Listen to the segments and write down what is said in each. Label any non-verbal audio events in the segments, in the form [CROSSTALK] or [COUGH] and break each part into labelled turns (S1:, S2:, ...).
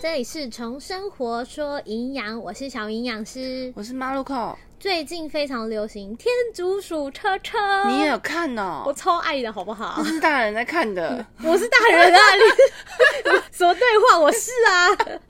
S1: 这里是从生活说营养，我是小营养师。
S2: 我是马路
S1: 啊
S2: 口，
S1: 最近非常流行天竺鼠车车，
S2: 你也有看
S1: 我
S2: 哦？
S1: 超爱的好不好
S2: 这？是大人在看的，
S1: [LAUGHS] 我是大人啊，你 [LAUGHS] 什么对话？我是啊，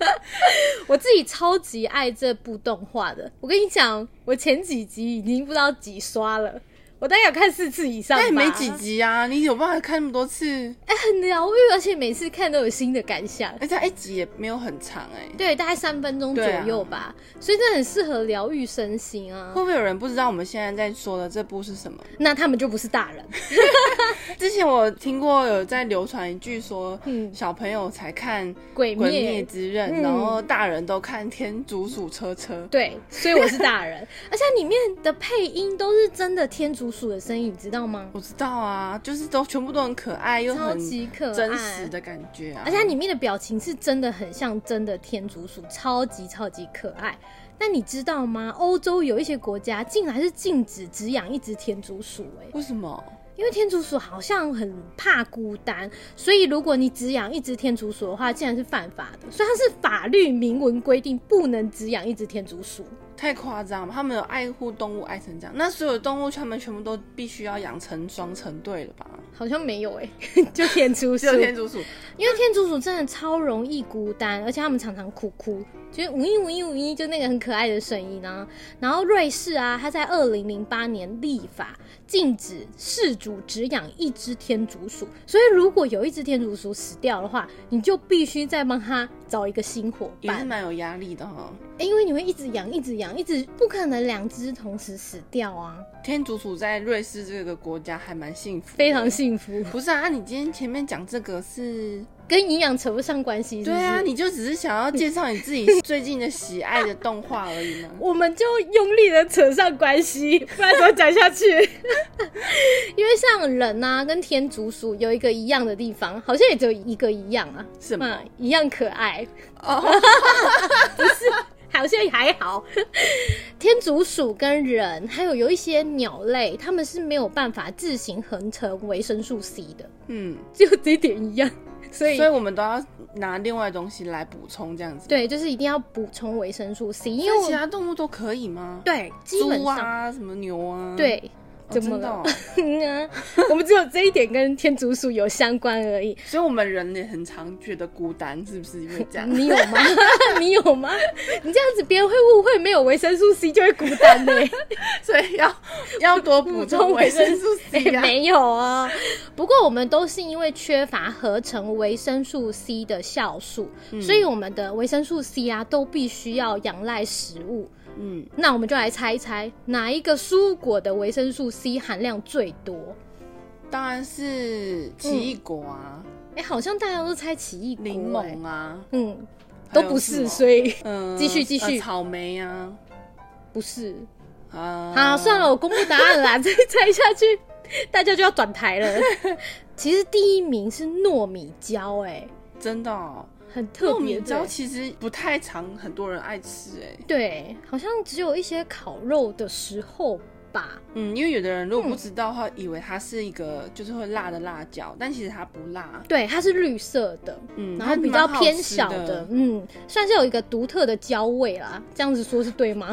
S1: [LAUGHS] 我自己超级爱这部动画的。我跟你讲，我前几集已经不知道几刷了，我大概有看四次以上吧。
S2: 但哎也没几集啊，你有办法看那么多次？
S1: 哎、很疗愈，而且每次看都有新的感想。
S2: 而且它一集也没有很长哎、
S1: 对，大概三分钟左
S2: 对啊
S1: 右吧，所以这很适合疗愈身心啊
S2: 会。不会有人不知道我们现在在说的这部是什么？
S1: 那他们就不是大人，
S2: 之前我听过有在流传一句说，
S1: 嗯
S2: 小朋友才看《
S1: 鬼
S2: [LAUGHS] 鬼
S1: 灭
S2: 灭之刃》
S1: 嗯
S2: 然后大人都看《天竺鼠车车》。
S1: 对，所以我是大
S2: [LAUGHS]
S1: 人，而且里面的配音都是真的天竺鼠的声音，你知道吗？
S2: 我知道啊，就是都全部都很可爱，又
S1: 超
S2: 很
S1: 级可爱，
S2: 真实的感觉啊。
S1: 而且它里面的表情是真的很像真的天竺鼠，超级超级可爱。那你知道吗？欧洲有一些国家竟然是禁止只养一只天竺鼠、欸，
S2: 为什么？
S1: 因为天竺鼠好像很怕孤单，所以如果你只养一只天竺鼠的话，竟然是犯法的。所以它是法律明文规定不能只养一只天竺鼠。
S2: 太夸张了，他们有爱护动物爱成这样，那所有动物他们全部都必须要养成双成
S1: [LAUGHS]
S2: 对了吧？
S1: 好像没有哎、欸 [LAUGHS] 就天竺鼠
S2: 只，有天竺鼠，
S1: 因为天竺鼠真的超容易孤单，而且它们常常哭哭，就是呜一呜一呜一，就那个很可爱的声音啊。然后瑞士啊，它在二零零八年立法禁止饲主只养一只天竺鼠，所以如果有一只天竺鼠死掉的话，你就必须再帮它找一个新伙
S2: 也是
S1: 伴，
S2: 蛮有压力的哈。
S1: 诶因为你会一直养，一直养，一直不可能两只同时死掉啊，
S2: 天竺鼠在瑞士这个国家还蛮幸福的，
S1: 非常幸福，
S2: 不是啊？你今天前面讲这个是，
S1: 跟营养扯不上关系是不
S2: 对
S1: 是。
S2: 啊，你就只是想要介绍你自己
S1: [LAUGHS]
S2: 最近的喜爱的动画而已嘛。
S1: 我们就用力的扯上关 [LAUGHS] 系，不然怎么讲下去？ [LAUGHS] 因为像人啊，跟天竺鼠有一个一样的地方，好像也只有一个一样啊，
S2: 什么
S1: 嗯一样可爱， [LAUGHS]
S2: 哦，
S1: 好像还好。 [LAUGHS] 天竺鼠跟人，还有有一些鸟类，它们是没有办法自行合成维生素 C 的，
S2: 嗯，
S1: 只有这一点一样，所以
S2: 所以我们都要拿另外东西来补充这样子。，
S1: 对，就是一定要补充维生素 C，因
S2: 因
S1: 为
S2: 为
S1: 我
S2: 其他动物都可以吗？
S1: 对基本
S2: 猪
S1: 上、
S2: 啊，什么牛啊，
S1: 对。
S2: 哦，
S1: 怎么
S2: 真的
S1: 了？
S2: 哦
S1: 嗯 [LAUGHS] 啊，我们只有这一点跟天竺鼠有相关而已。
S2: 所以我们人也很常觉得孤单，是不是因为这样？
S1: 你有吗？ [LAUGHS] 你有吗？你这样子别人会误会没有维生素 C 就会孤单
S2: [LAUGHS]
S1: 呢、
S2: 所以要
S1: [LAUGHS]
S2: 要多补充维生素 C
S1: 欸
S2: 啊。
S1: 没有啊。不过我们都是因为缺乏合成维生素 C 的酵素，
S2: 嗯
S1: 所以我们的维生素 C 啊都必须要仰赖食物。
S2: 嗯，
S1: 那我们就来猜一猜，哪一个蔬果的维生素 C 含量最多？
S2: 当然是奇异果啊、
S1: 哎、好像大家都猜奇异果、欸，
S2: 柠、檬啊，
S1: 嗯，
S2: 还
S1: 都
S2: 有
S1: 不
S2: 什
S1: 是，
S2: 么
S1: 所以
S2: 嗯、
S1: 继续继续
S2: 呃草莓啊，
S1: 不是。
S2: 啊，
S1: 好，算了，我公布答案 [LAUGHS] 啦，再猜下去大家就要转台了。其实第一名是糯米椒、哎，
S2: 真的、哦，
S1: 很特
S2: 糯
S1: 别。
S2: 米椒
S1: 对
S2: 其实不太常很多人爱吃哎、
S1: 对，好像只有一些烤肉的时候吧。
S2: 嗯，因为有的人如果不知道的话，以为它是一个就是会辣的辣椒，但其实它不辣，
S1: 对，它是绿色的，
S2: 嗯，
S1: 然后
S2: 它
S1: 比较
S2: 蛮好
S1: 偏
S2: 吃
S1: 小的，嗯，算是有一个独特的椒味啦。这样子说是对吗？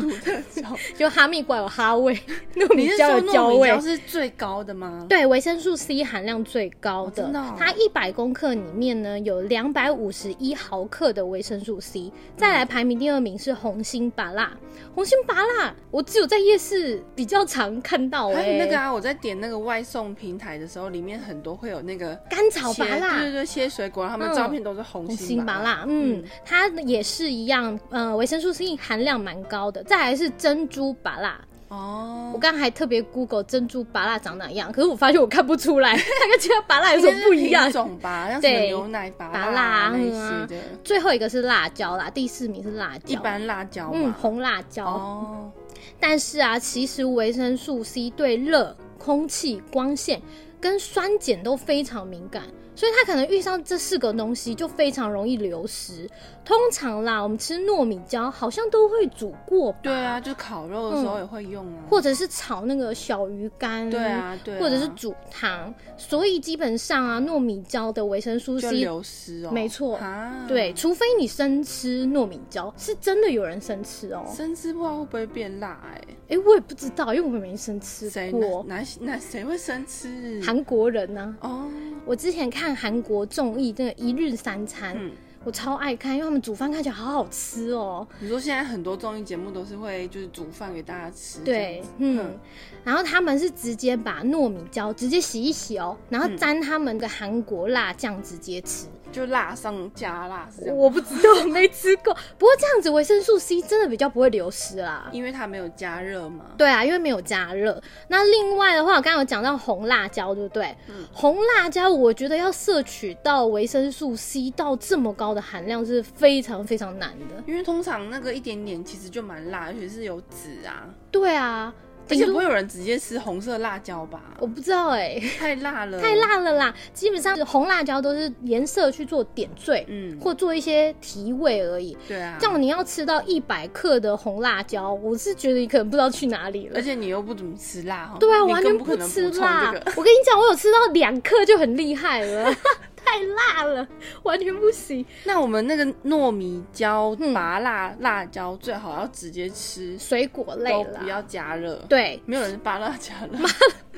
S2: 椒。
S1: [LAUGHS]
S2: [LAUGHS]
S1: 就哈密瓜有哈 [LAUGHS] 味，糯
S2: 你
S1: 米
S2: 是
S1: 椒
S2: 说
S1: 有椒
S2: 糯米
S1: 味
S2: 椒。是最高的吗？
S1: 对，维生素 C 含量最高的，
S2: 哦真的哦
S1: 它一百公克里面呢有两百五十一毫克的维生素 C。再来排名第二名是红心芭辣，红心芭辣我只有在夜市比较常看到哎、
S2: 还有那个啊，我在点那个外送平台的时候，里面很多会有那个
S1: 甘草
S2: 切
S1: 芭辣
S2: 对。对对，切水果，他们
S1: 嗯
S2: 照片都是红
S1: 红心芭，
S2: 芭
S1: 辣，嗯，它也是一样，呃，维生素 C 含量蛮高的。再来是珍珠芭辣，
S2: 哦，
S1: 我刚刚还特别 Google 珍珠芭辣长哪样，可是我发现我看不
S2: [LAUGHS]
S1: 出来，它跟其他芭辣有什么不一样
S2: 应该是品？种吧，像什么
S1: 对
S2: 牛奶芭
S1: 芭
S2: 辣
S1: 辣
S2: 啊那一
S1: 嗯
S2: 些的，
S1: 最后一个是辣椒啦，第四名是辣椒，
S2: 一般辣椒
S1: 嗯，
S2: 嘛。
S1: 红辣椒。
S2: 哦，
S1: 但是啊，其实维生素 C 对热、空气、光线跟酸碱都非常敏感，所以它可能遇上这四个东西就非常容易流失。通常啦，我们吃糯米椒好像都会煮过吧，
S2: 对啊，就烤肉的时候也会用啊。
S1: 嗯或者是炒那个小鱼干，
S2: 对啊，对啊，
S1: 或者是煮汤，所以基本上啊，糯米椒的维生素
S2: 就
S1: C
S2: 流失哦，
S1: 没错
S2: 啊，
S1: 对，，除非你生吃糯米椒，是真的有人生吃哦。
S2: 生吃不知道会不会变辣哎、
S1: 哎、我也不知道，因为我们没生吃
S2: 谁嗯
S1: 过。
S2: 哪哪哪谁会生吃？
S1: 韩国人呢、
S2: 哦，
S1: 我之前看韩国综艺，那个一日三餐，
S2: 嗯，
S1: 我超爱看，因为他们煮饭看起来好好吃哦。
S2: 你说现在很多综艺节目都是会就是煮饭给大家吃，
S1: 对，
S2: 这样子，
S1: 嗯，然后他们是直接把糯米椒直接洗一洗哦，然后沾他们的韩国辣酱直接吃。
S2: 嗯，就辣上加辣是这样，
S1: 我不知道，没吃过。不过这样子维生素 C 真的比较不会流失啦。
S2: 因为它没有加热嘛，
S1: 对啊，因为没有加热。那另外的话，我刚刚有讲到红辣椒，对不对？
S2: 嗯
S1: 红辣椒我觉得要摄取到维生素 C 到这么高的含量是非常非常难的。
S2: 因为通常那个一点点其实就蛮辣，而且是有籽啊，
S1: 对啊，
S2: 而
S1: 顶
S2: 且不
S1: 多
S2: 会有人直接吃红色辣椒吧？ [LAUGHS]
S1: 我不知道哎、
S2: 太辣了，
S1: 太，辣了啦。基本上红辣椒都是颜色去做点缀，
S2: 嗯，
S1: 或做一些提味而已。
S2: 对啊，
S1: 这样你要吃到一百克的红辣椒，我是觉得你可能不知道去哪里了
S2: 而。且你又不怎么吃辣哦，
S1: 对啊，
S2: 你
S1: 完
S2: 更
S1: 全
S2: 不可能
S1: 吃
S2: 补充
S1: 辣。
S2: 这个
S1: 我跟你讲，我有吃到两克就很厉害
S2: [LAUGHS]
S1: 了，太辣了，完全不行。
S2: 那我们那个糯米椒、
S1: 嗯
S2: 拔辣、辣椒最好要直接吃，
S1: 水果类
S2: 都
S1: 啦
S2: 不，要加热。，
S1: 对，
S2: 没有人拔辣加热， [LAUGHS]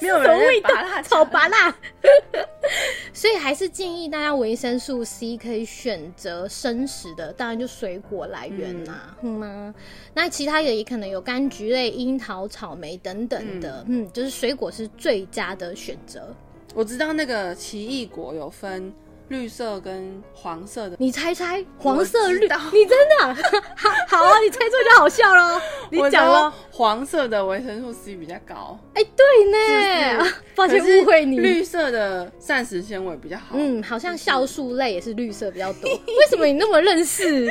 S2: 没有人
S1: 什么味
S2: 在
S1: 道
S2: 拔辣加
S1: 炒
S2: 辣。
S1: 拔辣。 [LAUGHS] 所以还是建议大家维生素 C 可以选择生食的，当然就水果来源啦、嗯啊那其他的也可能有柑橘类、樱桃、草莓等等的，嗯就是水果是最佳的选择。
S2: 我知道那个奇异果有分绿色跟黄色的，
S1: 你猜猜，黄色
S2: 我知
S1: 绿，
S2: 道
S1: 你真
S2: [LAUGHS]
S1: 的好好啊？你猜错就好笑喽，你
S2: 我知
S1: 讲
S2: 道
S1: 喽。
S2: 黄色的维生素 C 比较高，
S1: 哎、对呢， [LAUGHS] 抱歉
S2: 可是
S1: 误会你。
S2: 绿色的膳食纤维比较好，
S1: 嗯，好像酵素类也是绿色比较多，为什么你那么认
S2: [LAUGHS]
S1: 识？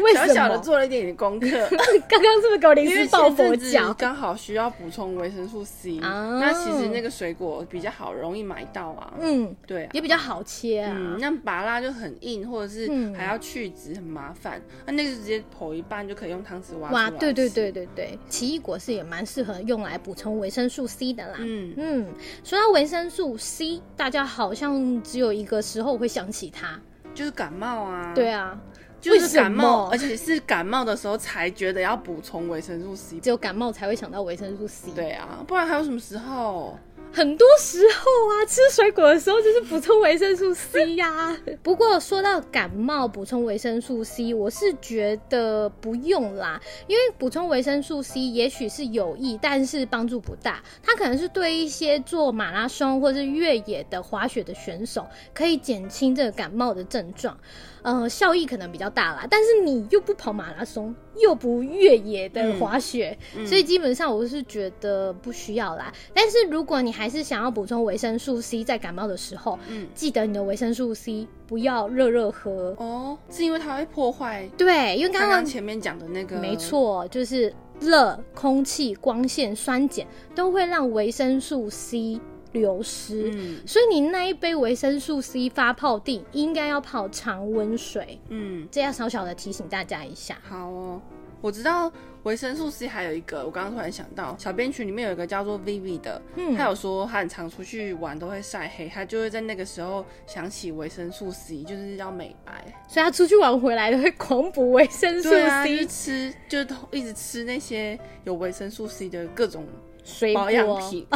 S1: 为什
S2: 小
S1: 么？
S2: 小的做了一点点功课。
S1: 刚刚是不是给我临
S2: [LAUGHS] 因
S1: 时
S2: 为
S1: 抱
S2: 前
S1: 佛
S2: 阵子
S1: 脚？
S2: 刚好需要补充维生素 C，、
S1: 啊
S2: 那其实那个水果比较好，容易买到啊。
S1: 嗯，
S2: 对啊，
S1: 也比较好切啊。
S2: 嗯，那拔辣就很硬，或者是
S1: 嗯
S2: 还要去籽，很麻烦。啊那、那个就直接剖一半就可以用汤匙挖
S1: 哇，
S2: 出来
S1: 对对
S2: 吃
S1: 对，对对，奇异果是也蛮适合用来补充维生素 C 的啦。
S2: 嗯，
S1: 嗯，说到维生素 C，大家好像只有一个时候会想起它。
S2: 就是感冒啊，
S1: 对，啊，
S2: 就
S1: 为
S2: 是
S1: 什
S2: 感冒，
S1: 么
S2: 而且是感冒的时候才觉得要补充维生素 C。
S1: 只有感冒才会想到维生素 C。，
S2: 对啊，不然还有什么时候？
S1: 很多时候啊，吃水果的时候就是补充维生素 C 啊呀、不过说到感冒补充维生素 C，我是觉得不用啦，因为补充维生素 C 也许是有益，但是帮助不大。它可能是对一些做马拉松或是越野的滑雪的选手，可以减轻这个感冒的症状，呃，效益可能比较大啦。但是你又不跑马拉松，又不越野的滑雪，
S2: 嗯
S1: 所以基本上我是觉得不需要啦。但是如果你还是想要补充维生素 C，在感冒的时候，
S2: 嗯
S1: 记得你的维生素 C 不要热热喝。
S2: 哦，是因为它会破坏
S1: 对，因为刚
S2: 刚刚
S1: 刚
S2: 前面讲的那个，
S1: 没，错，嗯就是热、空气、光线、酸碱都会让维生素 C 流失。
S2: 嗯
S1: 所以你那一杯维生素 C 发泡定应该要泡常温水，
S2: 嗯。
S1: 这要小小的提醒大家一下。
S2: 好哦，我知道维生素 C 还有一个，我刚刚突然想到，小编群里面有一个叫做 Vivi 的，
S1: 嗯
S2: 他有说他很常出去玩都会晒黑，他就会在那个时候想起维生素 C，就是要美白。
S1: 所以他出去玩回来都会狂补维生素
S2: 对啊，就是
S1: C
S2: 吃就一直吃那些有维生素 C 的各种
S1: 水果
S2: 保养
S1: [LAUGHS]
S2: 品。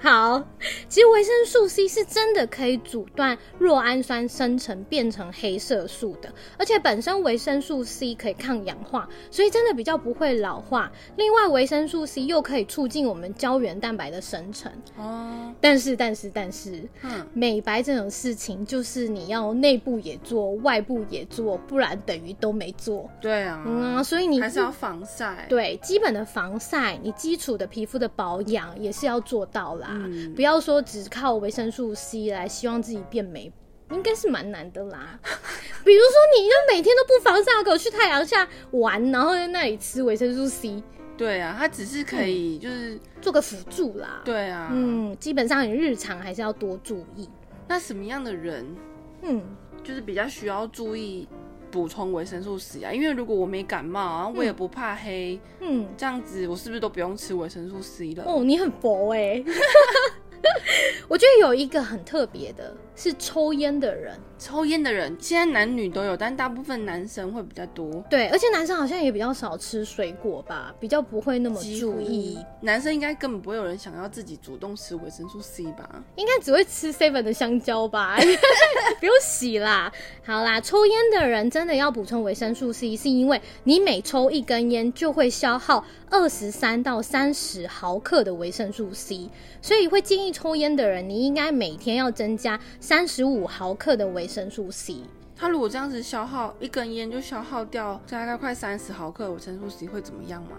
S1: 好，其实维生素 C 是真的可以阻断酪氨酸生成变成黑色素的，而且本身维生素 C 可以抗氧化，所以真的比较不会老化。另外，维生素 C 又可以促进我们胶原蛋白的生成。
S2: 哦，
S1: 但是，但是，但是，
S2: 嗯，
S1: 美白这种事情就是你要内部也做，外部也做，不然等于都没做。
S2: 对啊，
S1: 嗯啊，所以你
S2: 还是要防晒。
S1: 对基本的防晒，你基础的皮肤的保养也是要做到啦，
S2: 嗯
S1: 不要说只靠维生素 C 来希望自己变美。应该是蛮难的啦， [LAUGHS] 比如说你就每天都不防晒，给我去太阳下玩，然后在那里吃维生素 C，
S2: 对啊，它只是可以就是、
S1: 做个辅助啦。
S2: 对啊，
S1: 嗯，基本上你日常还是要多注意。
S2: 那什么样的人
S1: 嗯，
S2: 就是比较需要注意补充维生素 C 啊？因为如果我没感冒啊，然后我也不怕黑，
S1: 嗯，
S2: 这样子我是不是都不用吃维生素 C 了？
S1: 哦，你很佛哎、 [LAUGHS] 我觉得有一个很特别的是抽烟的人，
S2: 抽烟的人现在男女都有，但大部分男生会比较多。
S1: 对，而且男生好像也比较少吃水果吧，比较不会那么
S2: 几乎
S1: 注意，
S2: 男生应该根本不会有人想要自己主动吃维生素 C 吧？
S1: 应该只会吃 seven 的香蕉
S2: [LAUGHS]
S1: 吧，不用洗啦。好啦，抽烟的人真的要补充维生素 C，是因为你每抽一根烟就会消耗二十三到三十毫克的维生素 C，所以会建议抽烟的人，你应该每天要增加三十五毫克的维生素 C。
S2: 他如果这样子消耗一根烟就消耗掉大概快三十毫克维生素 C 会怎么样吗？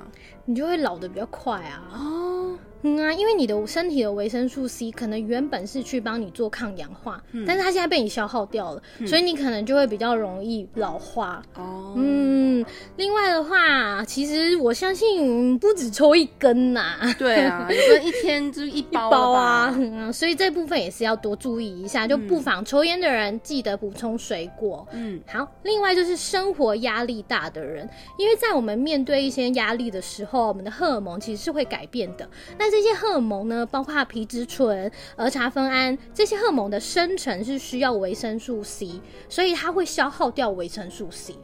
S1: 你就会老得比较快啊。
S2: 哦，
S1: 嗯啊，因为你的身体的维生素 C 可能原本是去帮你做抗氧化，
S2: 嗯
S1: 但是它现在被你消耗掉了，所以你可能就会比较容易老化。
S2: 哦，
S1: 嗯，另外的话，其实我相信嗯不止抽一根呐、
S2: 对
S1: [LAUGHS]
S2: 啊，有时候一天就是一包了吧
S1: 包啊，嗯啊，所以这部分也是要多注意一下，就不妨抽烟的人记得补充水果。
S2: 嗯，
S1: 好，另外就是生活压力大的人，因为在我们面对一些压力的时候，我们的荷尔蒙其实是会改变的。那这些荷尔蒙呢，包括皮质醇、儿茶酚胺这些荷尔蒙的生成是需要维生素 C，所以它会消耗掉维生素 C。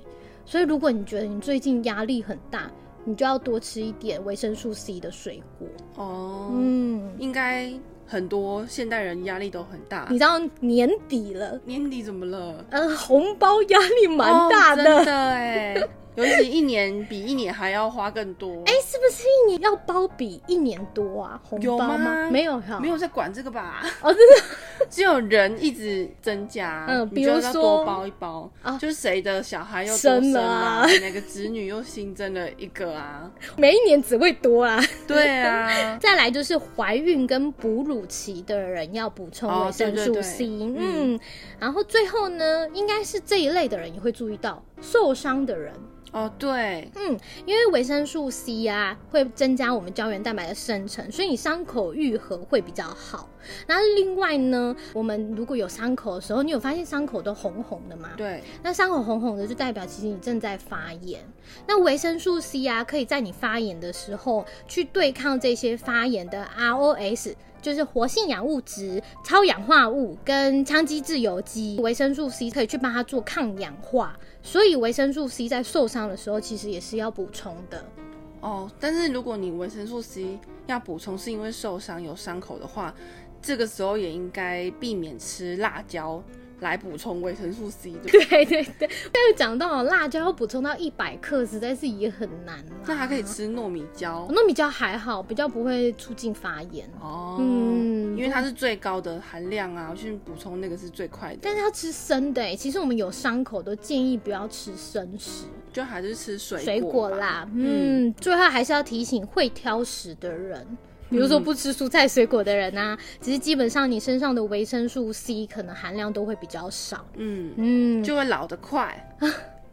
S1: 所以如果你觉得你最近压力很大，你就要多吃一点维生素 C 的水果。
S2: 哦，
S1: 嗯，
S2: 应该很多现代人压力都很大
S1: 你。知道年底了，
S2: 年底怎么了？
S1: 呃，红包压力蛮大
S2: 哦、
S1: 的。
S2: 真的哎，尤其一年比一年还要花
S1: [LAUGHS]
S2: 更多。哎、
S1: 是不是一年要包比一年多啊？红
S2: 有
S1: 包
S2: 吗
S1: 没有哈，
S2: 没有在管这个吧？
S1: 哦，真的
S2: [LAUGHS] 只有人一直增加，
S1: 嗯
S2: 你
S1: 比
S2: 就
S1: 如
S2: 要
S1: 说
S2: 多包一包，
S1: 啊
S2: 就是谁的小孩又多生
S1: 生了
S2: 啊
S1: 啊，
S2: 哪个子女又新增了一
S1: [LAUGHS]
S2: 个啊？
S1: 每一年只会多啦。
S2: 对啊，
S1: [LAUGHS] 再来就是怀孕跟哺乳期的人要补充
S2: 哦
S1: 维生
S2: 对对
S1: 素
S2: 对
S1: C，、
S2: 嗯
S1: 嗯，然后最后呢，应该是这一类的人也会注意到受伤的人，
S2: 哦对，
S1: 嗯，因为维生素 C 啊会增加我们胶原蛋白的生成，所以你伤口愈合会比较好。那另外呢，我们如果有伤口的时候，你有发现伤口都红红的吗？
S2: 对，
S1: 那伤口红红的，就代表其实你正在发炎。那维生素 C 啊，可以在你发炎的时候去对抗这些发炎的 ROS，就是活性氧物质、超氧化物跟羟基自由基。维生素 C 可以去帮它做抗氧化，所以维生素 C 在受伤的时候其实也是要补充的。 [LAUGHS]
S2: 哦，但是如果你维生素 C 要补充是因为受伤有伤口的话，这个时候也应该避免吃辣椒来补充维生素 C，对不对？
S1: [LAUGHS] 对对对，但是讲到辣椒要补充到一百克，实在是也很难啦。
S2: 那还可以吃糯米椒
S1: 哦，那比较还好，比较不会促进发炎。
S2: 哦，
S1: 嗯
S2: 因为它是最高的含量啊，去补充那个是最快的，
S1: 但是要吃生的哎、其实我们有伤口都建议不要吃生食
S2: 就还是吃水
S1: 水
S2: 果
S1: 果
S2: 吧
S1: 啦。嗯，最后还是要提醒会挑食的人，比如说不吃蔬菜水果的人啊，只是基本上你身上的维生素 C 可能含量都会比较少。
S2: 嗯，
S1: 嗯，
S2: 就会老得快，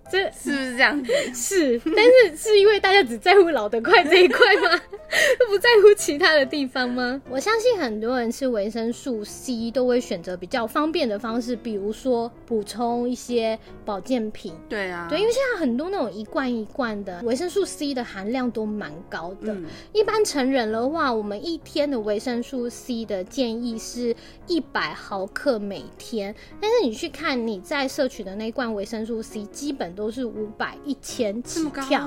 S1: 这
S2: 是不是
S1: [LAUGHS]
S2: 这样子？
S1: 是，但是是因为大家只在乎老得快这一块 [LAUGHS] 吗？不在乎其他的地方吗？我相信很多人吃维生素 C 都会选择比较方便的方式，比如说补充一些保健品。
S2: 对啊，
S1: 对，因为现在很多那种一罐一罐的维生素 C 的含量都蛮高的。
S2: 嗯
S1: 一般成人的话，我们一天的维生素 C 的建议是一百毫克每天，但是你去看你在摄取的那一罐维生素 C，基本都是五百、一千
S2: 这
S1: 起
S2: 么高
S1: 跳。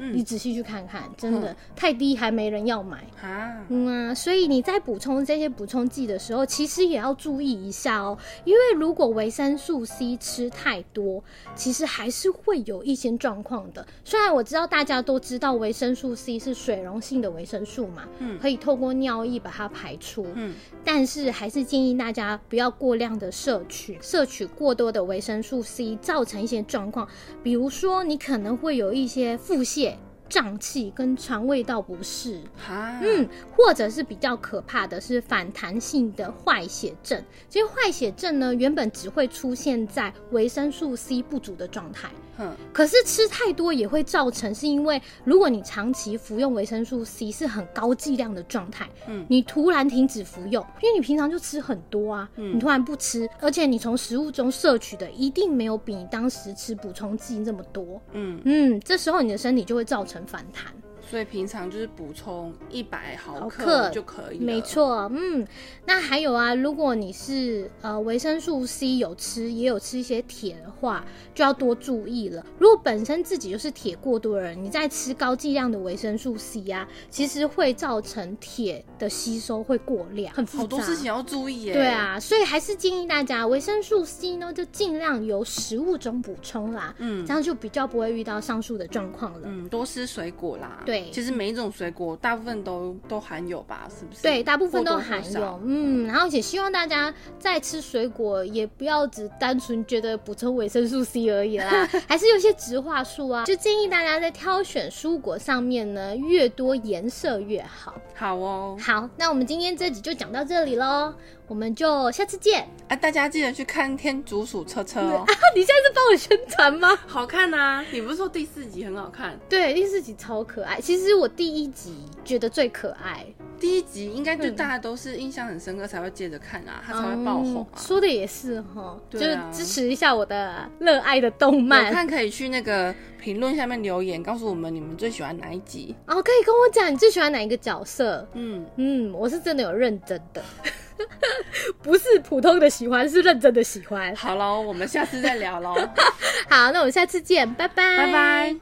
S1: 你
S2: 嗯
S1: 仔细去看看，真的、
S2: 嗯
S1: 太低还没人要买。
S2: 啊，
S1: 嗯啊，所以你在补充这些补充剂的时候，其实也要注意一下哦，因为如果维生素 C 吃太多，其实还是会有一些状况的。虽然我知道大家都知道维生素 C 是水溶性的维生素嘛，
S2: 嗯
S1: 可以透过尿液把它排出，
S2: 嗯
S1: 但是还是建议大家不要过量的摄取，摄取过多的维生素 C 造成一些状况，比如说你可能会有一些腹泻、胀气跟肠胃道不适。
S2: 哈，
S1: 嗯，或者是比较可怕的是反弹性的坏血症。其实坏血症呢，原本只会出现在维生素 C 不足的状态，
S2: 嗯，
S1: 可是吃太多也会造成，是因为如果你长期服用维生素 C 是很高剂量的状态，
S2: 嗯
S1: 你突然停止服用，因为你平常就吃很多啊，你突然不吃，而且你从食物中摄取的一定没有比你当时吃补充剂那么多，
S2: 嗯，
S1: 嗯，这时候你的身体就会造成反弹。
S2: 所以平常就是补充一百毫
S1: 毫克
S2: 克就可以了。
S1: 没，错，嗯，那还有啊，如果你是呃维生素 C 有吃，也有吃一些铁的话，就要多注意了。如果本身自己就是铁过多的人，你再吃高剂量的维生素 C 啊，其实会造成铁的吸收会过量，很复杂。
S2: 好多事情要注意耶。
S1: 对，啊，所以还是建议大家维生素 C 呢，就尽量由食物中补充啦，
S2: 嗯
S1: 这样就比较不会遇到上述的状况了。
S2: 嗯，多吃水果啦。
S1: 对
S2: 其实每一种水果大部分都都含有吧，是不是？
S1: 对，大部分都
S2: 或多或
S1: 含
S2: 少
S1: 有，。嗯，然后也希望大家在吃水果也不要只单纯觉得补充维生素 C 而已啦， [LAUGHS] 还是有一些植化素啊，就建议大家在挑选蔬果上面呢，越多颜色越好。
S2: 好哦，
S1: 好，那我们今天这集就讲到这里喽，我们就下次见。
S2: 啊，大家记得去看《天竺鼠车车》哦，
S1: 你现在是帮我宣传吗？
S2: [LAUGHS] 好看啊！你不是说第四集很好看？
S1: [LAUGHS] 对，第四集超可爱，其实我第一集觉得最可爱，
S2: 第一集应该就
S1: 嗯
S2: 大家都是印象很深刻才会接着看啊，它才会爆红
S1: 嗯
S2: 啊。
S1: 说的也是哈，就
S2: 对啊
S1: 支持一下我的热爱的动漫
S2: 有。看可以去那个评论下面留言，告诉我们你们最喜欢哪一集。
S1: 哦，可以跟我讲你最喜欢哪一个角色？
S2: 嗯，
S1: 嗯，我是真的有认真的， [LAUGHS] 不是普通的喜欢，是认真的喜欢。
S2: 好喽，我们下次再聊喽，
S1: 好，那我们下次见，拜拜，
S2: 拜拜。